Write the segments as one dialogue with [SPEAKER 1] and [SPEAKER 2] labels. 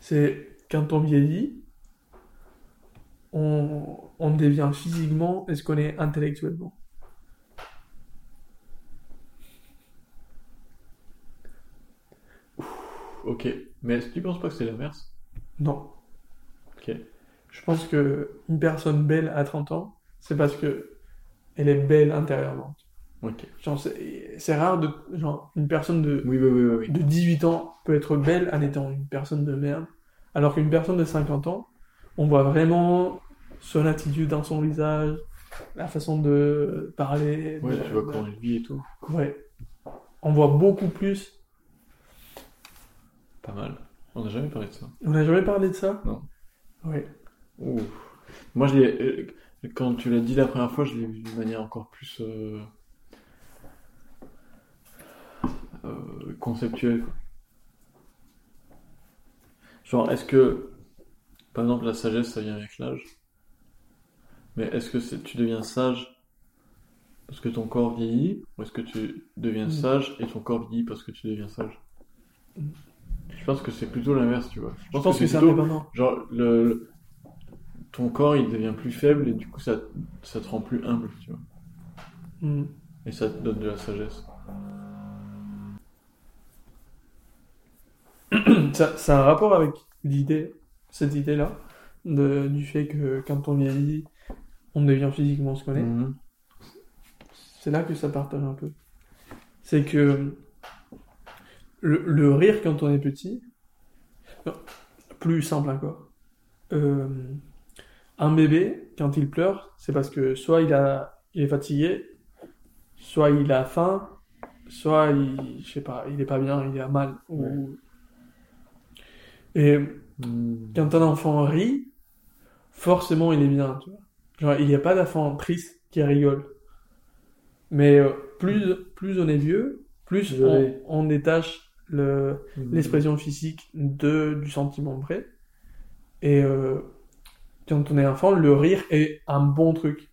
[SPEAKER 1] C'est quand on vieillit, on, on devient physiquement et ce qu'on est intellectuellement.
[SPEAKER 2] Ok, mais est-ce que tu penses pas que c'est l'inverse
[SPEAKER 1] Non.
[SPEAKER 2] Ok.
[SPEAKER 1] Je pense que une personne belle à 30 ans, c'est parce que elle est belle intérieurement.
[SPEAKER 2] Ok.
[SPEAKER 1] Genre, c'est c'est rare de. Genre, une personne de,
[SPEAKER 2] Oui, oui, oui, oui. oui.
[SPEAKER 1] de 18 ans peut être belle en étant une personne de merde, alors qu'une personne de 50 ans, on voit vraiment son attitude dans son visage, la façon de parler.
[SPEAKER 2] Ouais,
[SPEAKER 1] de-
[SPEAKER 2] tu vois comment il vit et tout.
[SPEAKER 1] Ouais. On voit beaucoup plus.
[SPEAKER 2] Pas mal. On n'a jamais parlé de ça.
[SPEAKER 1] On n'a jamais parlé de ça
[SPEAKER 2] Non.
[SPEAKER 1] Ouais.
[SPEAKER 2] Ouh. Moi, je l'ai- euh, quand tu l'as dit la première fois, je l'ai vu d'une manière encore plus euh, euh, conceptuelle. quoi. Genre, est-ce que, par exemple, la sagesse, ça vient avec l'âge? Mais est-ce que c'est- tu deviens sage parce que ton corps vieillit, ou est-ce que tu deviens
[SPEAKER 1] Mm.
[SPEAKER 2] sage et ton corps vieillit parce que tu deviens sage?
[SPEAKER 1] Mm.
[SPEAKER 2] Je pense que c'est plutôt l'inverse, tu vois. Je
[SPEAKER 1] Je
[SPEAKER 2] pense,
[SPEAKER 1] pense que
[SPEAKER 2] c'est
[SPEAKER 1] c'est
[SPEAKER 2] plutôt-
[SPEAKER 1] indépendant.
[SPEAKER 2] Genre, le, le- ton corps, il devient plus faible et du coup, ça, ça te rend plus humble, tu vois.
[SPEAKER 1] Hmm.
[SPEAKER 2] Et ça te donne de la sagesse.
[SPEAKER 1] Ça, ça a un rapport avec l'idée, cette idée-là, de- du fait que quand on vieillit, on devient physiquement ce qu'on est.
[SPEAKER 2] Mhm.
[SPEAKER 1] C'est là que ça partage un peu. C'est que le, le rire quand on est petit, non, plus simple encore. Euh, un bébé, quand il pleure, c'est parce que soit il, a, il est fatigué, soit il a faim, soit il, je sais pas, il est pas bien, il a mal. Ou... Et
[SPEAKER 2] Mhm.
[SPEAKER 1] quand un enfant rit, forcément il est bien, tu vois. Genre, il n'y a pas d'enfant triste qui rigole. Mais euh, plus, plus on est vieux, plus on,
[SPEAKER 2] Désolé.
[SPEAKER 1] on détache le-
[SPEAKER 2] Mhm.
[SPEAKER 1] l'expression physique de, du sentiment vrai. Et euh, quand on est enfant, le rire est un bon truc.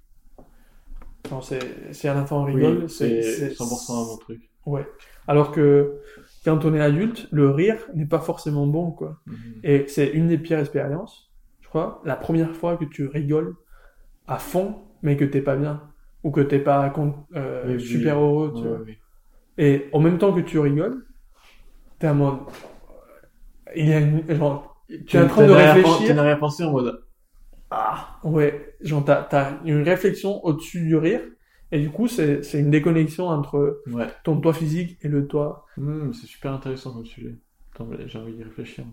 [SPEAKER 1] Genre, c'est- Si un enfant
[SPEAKER 2] Oui,
[SPEAKER 1] rigole,
[SPEAKER 2] c'est
[SPEAKER 1] c'est
[SPEAKER 2] 100% un bon truc.
[SPEAKER 1] Alors que quand on est adulte, le rire n'est pas forcément bon, quoi.
[SPEAKER 2] Mhm.
[SPEAKER 1] Et c'est une des pires expériences, je crois. La première fois que tu rigoles à fond, mais que t'es pas bien. Ou que t'es pas con- euh,
[SPEAKER 2] Oui, oui.
[SPEAKER 1] super heureux, tu
[SPEAKER 2] Ouais,
[SPEAKER 1] vois.
[SPEAKER 2] ouais.
[SPEAKER 1] Et en même temps que tu rigoles, t'es en mode. Il y a une. Genre, tu es en train
[SPEAKER 2] T'as
[SPEAKER 1] de
[SPEAKER 2] une arrière-pen- t'as une
[SPEAKER 1] réfléchir.
[SPEAKER 2] arrière-pensée en mode.
[SPEAKER 1] Ah Ouais, genre, t'as, t'as une réflexion au-dessus du rire. Et du coup, c'est, c'est une déconnexion entre
[SPEAKER 2] Ouais.
[SPEAKER 1] ton toi physique et le toi.
[SPEAKER 2] Mhm, c'est super intéressant comme sujet. Attends, mais j'ai envie d'y réfléchir.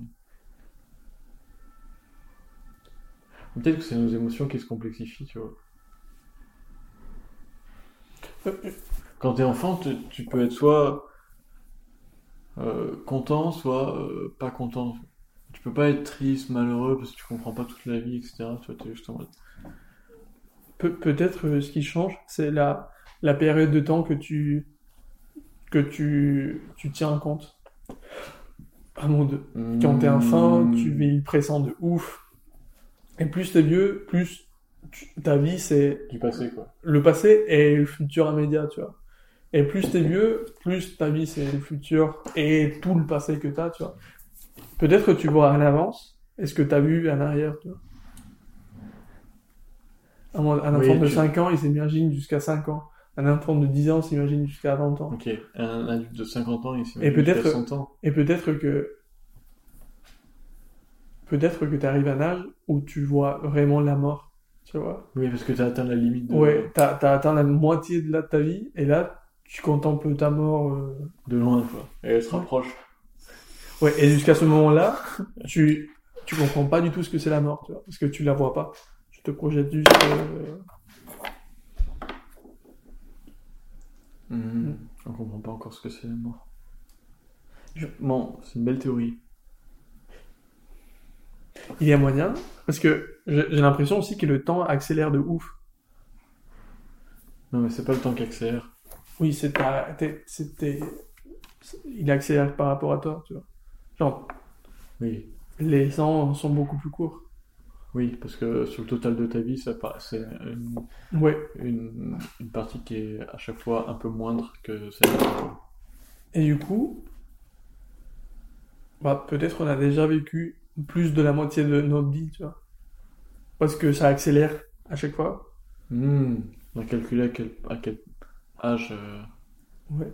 [SPEAKER 2] Peut-être que c'est nos émotions qui se complexifient, tu vois.
[SPEAKER 1] euh,
[SPEAKER 2] Quand t'es enfant, tu, tu peux être soit euh, content, soit euh, pas content. Tu peux pas être triste, malheureux, parce que tu comprends pas toute la vie, etc. Tu vois, t'es juste en mode...
[SPEAKER 1] Pe- peut-être euh, ce qui change, c'est la, la période de temps que tu, que tu, tu tiens en compte. À mon de,
[SPEAKER 2] euh,
[SPEAKER 1] quand t'es enfant,
[SPEAKER 2] Mmh.
[SPEAKER 1] tu vis le présent de ouf. Et plus t'es vieux, plus tu- ta vie, c'est
[SPEAKER 2] Du passé, quoi.
[SPEAKER 1] le passé et le futur immédiat, tu vois. Et plus t'es vieux, plus ta vie, c'est le futur et tout le passé que t'as, tu vois. Peut-être que tu vois à l'avance et ce que t'as vu à l'arrière, tu vois. Un, mo- un
[SPEAKER 2] Oui,
[SPEAKER 1] enfant de
[SPEAKER 2] tu-
[SPEAKER 1] 5 ans, il s'imagine jusqu'à 5 ans. Un enfant de 10 ans s'imagine jusqu'à 20 ans.
[SPEAKER 2] Ok, un adulte de 50 ans, il s'est
[SPEAKER 1] Et peut-être-
[SPEAKER 2] jusqu'à 100 ans.
[SPEAKER 1] Et peut-être que. Peut-être que t'arrives à un âge où tu vois vraiment la mort, tu vois.
[SPEAKER 2] Oui, parce que t'as atteint la limite de,
[SPEAKER 1] Ouais, t'as t'as atteint la moitié de, la, de ta vie, et là, tu contemples ta mort. euh.
[SPEAKER 2] de loin, quoi. Et elle se rapproche.
[SPEAKER 1] Ouais, et jusqu'à ce moment-là, tu, tu comprends pas du tout ce que c'est la mort, tu vois, parce que tu la vois pas. Tu te projettes juste. euh, Mm.
[SPEAKER 2] Mhm. On comprend pas encore ce que c'est la mort. Je- Bon, c'est une belle théorie.
[SPEAKER 1] Il y a moyen, parce que j'ai j'ai l'impression aussi que le temps accélère de ouf.
[SPEAKER 2] Non, mais c'est pas le temps qui accélère.
[SPEAKER 1] Oui, c'est ta. t'es- c'est tes- c'est- Il accélère par rapport à toi, tu vois. Genre,
[SPEAKER 2] Oui.
[SPEAKER 1] les ans sont beaucoup plus courts.
[SPEAKER 2] Oui, parce que sur le total de ta vie, ça euh, par- c'est une
[SPEAKER 1] Ouais.
[SPEAKER 2] une, une partie qui est à chaque fois un peu moindre que celle
[SPEAKER 1] Et du coup, bah, peut-être on a déjà vécu plus de la moitié de notre vie, tu vois. Parce que ça accélère à chaque fois.
[SPEAKER 2] Hmm, On a calculé à quel, à quel âge. euh,
[SPEAKER 1] Ouais.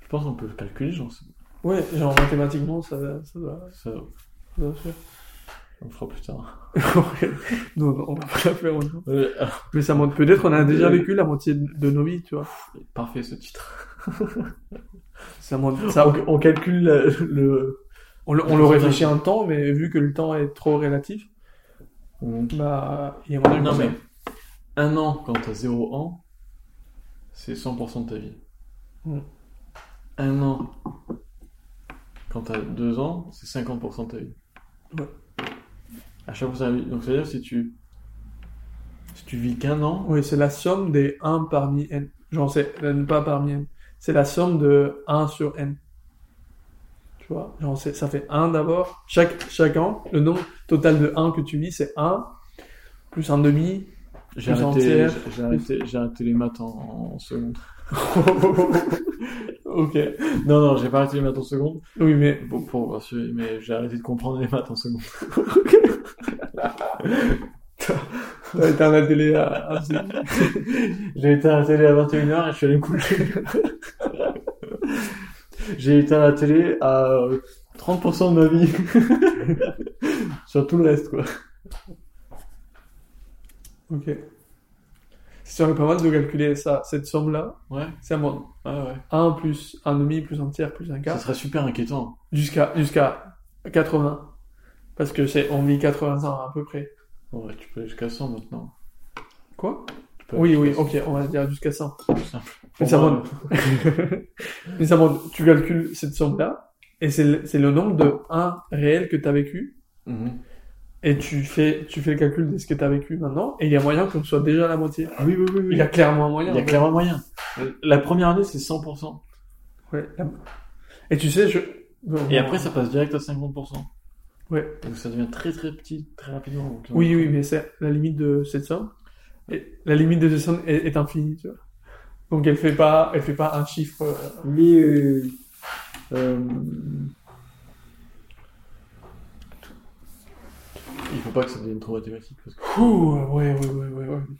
[SPEAKER 2] Je pense qu'on peut le calculer, genre, ça,
[SPEAKER 1] Ouais, genre mathématiquement, ça, ça, va,
[SPEAKER 2] ça,
[SPEAKER 1] ça va faire.
[SPEAKER 2] on le fera plus tard.
[SPEAKER 1] Ouais. non, non, on va pas la faire. on-
[SPEAKER 2] Euh,
[SPEAKER 1] Mais ça montre peut-être on a déjà vécu la moitié de nos vies, tu vois.
[SPEAKER 2] Parfait ce titre.
[SPEAKER 1] Ça montre, ça,
[SPEAKER 2] on, on calcule la- le.
[SPEAKER 1] on, le- on le réfléchit un temps, mais vu que le temps est trop relatif, bah, il y a moyen
[SPEAKER 2] Non
[SPEAKER 1] que ça-
[SPEAKER 2] mais un an quand t'as 0 ans, c'est 100% de ta vie.
[SPEAKER 1] Mm.
[SPEAKER 2] Un an quand t'as 2 ans, c'est 50% de ta vie.
[SPEAKER 1] Ouais.
[SPEAKER 2] À chaque fois ça arrive. Donc ça veut dire si tu si tu vis qu'un an,
[SPEAKER 1] Oui, c'est la somme des 1 parmi n. J'en sais, pas parmi n. C'est la somme de 1 sur n. Tu vois, genre c'est- ça fait 1 d'abord. Chaque, chaque an, le nombre total de 1 que tu vis, c'est 1 plus 1 demi.
[SPEAKER 2] j'ai
[SPEAKER 1] Plus
[SPEAKER 2] arrêté,
[SPEAKER 1] entière.
[SPEAKER 2] j'ai arrêté, j'ai arrêté les maths en, en seconde.
[SPEAKER 1] ok.
[SPEAKER 2] Non non, j'ai pas arrêté les maths en seconde
[SPEAKER 1] Oui, mais
[SPEAKER 2] pour, pour parce que- mais j'ai arrêté de comprendre les maths en seconde.
[SPEAKER 1] t'as été à la télé à, à-
[SPEAKER 2] J'ai éteint la télé à 21h et je suis allé me coucher. J'ai éteint la télé à euh, 30% de ma vie. Sur tout le reste, quoi.
[SPEAKER 1] Ok. Ce serait pas mal de calculer ça, cette somme-là.
[SPEAKER 2] Ouais,
[SPEAKER 1] C'est à moi.
[SPEAKER 2] ouais, Ah ouais.
[SPEAKER 1] 1 plus 1 demi plus 1 tiers plus 1
[SPEAKER 2] Ça
[SPEAKER 1] quart.
[SPEAKER 2] serait super inquiétant.
[SPEAKER 1] Jusqu'à jusqu'à 80. Parce que c'est on vit 80 ans à peu près.
[SPEAKER 2] Ouais, tu peux aller jusqu'à 100 maintenant.
[SPEAKER 1] Quoi
[SPEAKER 2] Tu peux
[SPEAKER 1] Oui,
[SPEAKER 2] aller
[SPEAKER 1] oui,
[SPEAKER 2] jusqu'à
[SPEAKER 1] ok, on va dire jusqu'à 100.
[SPEAKER 2] 100.
[SPEAKER 1] Mais ça
[SPEAKER 2] Pour
[SPEAKER 1] monte.
[SPEAKER 2] moi,
[SPEAKER 1] Mais ça monte. Tu calcules cette somme-là, et c'est le, c'est le nombre de 1 réel que tu as vécu,
[SPEAKER 2] euh, mhm.
[SPEAKER 1] et tu fais, tu fais le calcul de ce que tu as vécu maintenant, et il y a moyen qu'on soit déjà à la moitié.
[SPEAKER 2] Ah Oui, oui, oui. oui.
[SPEAKER 1] Il y a clairement un moyen. en fait.
[SPEAKER 2] clairement moyen. La première année, c'est 100%.
[SPEAKER 1] Ouais, là- Et tu sais, je. bon,
[SPEAKER 2] Et
[SPEAKER 1] bon,
[SPEAKER 2] après, ça passe direct à 50%.
[SPEAKER 1] Ouais.
[SPEAKER 2] Donc ça devient très, très petit, très rapidement. Donc, euh,
[SPEAKER 1] Oui, oui, mais c'est la limite de cette somme. Et la limite de cette somme est, est infinie, tu vois. Donc elle fait pas, elle fait pas un chiffre. euh,
[SPEAKER 2] Mais euh, euh, il faut pas que ça devienne trop mathématique parce que
[SPEAKER 1] Ouh, ouais, ouais, ouais, ouais, ouais.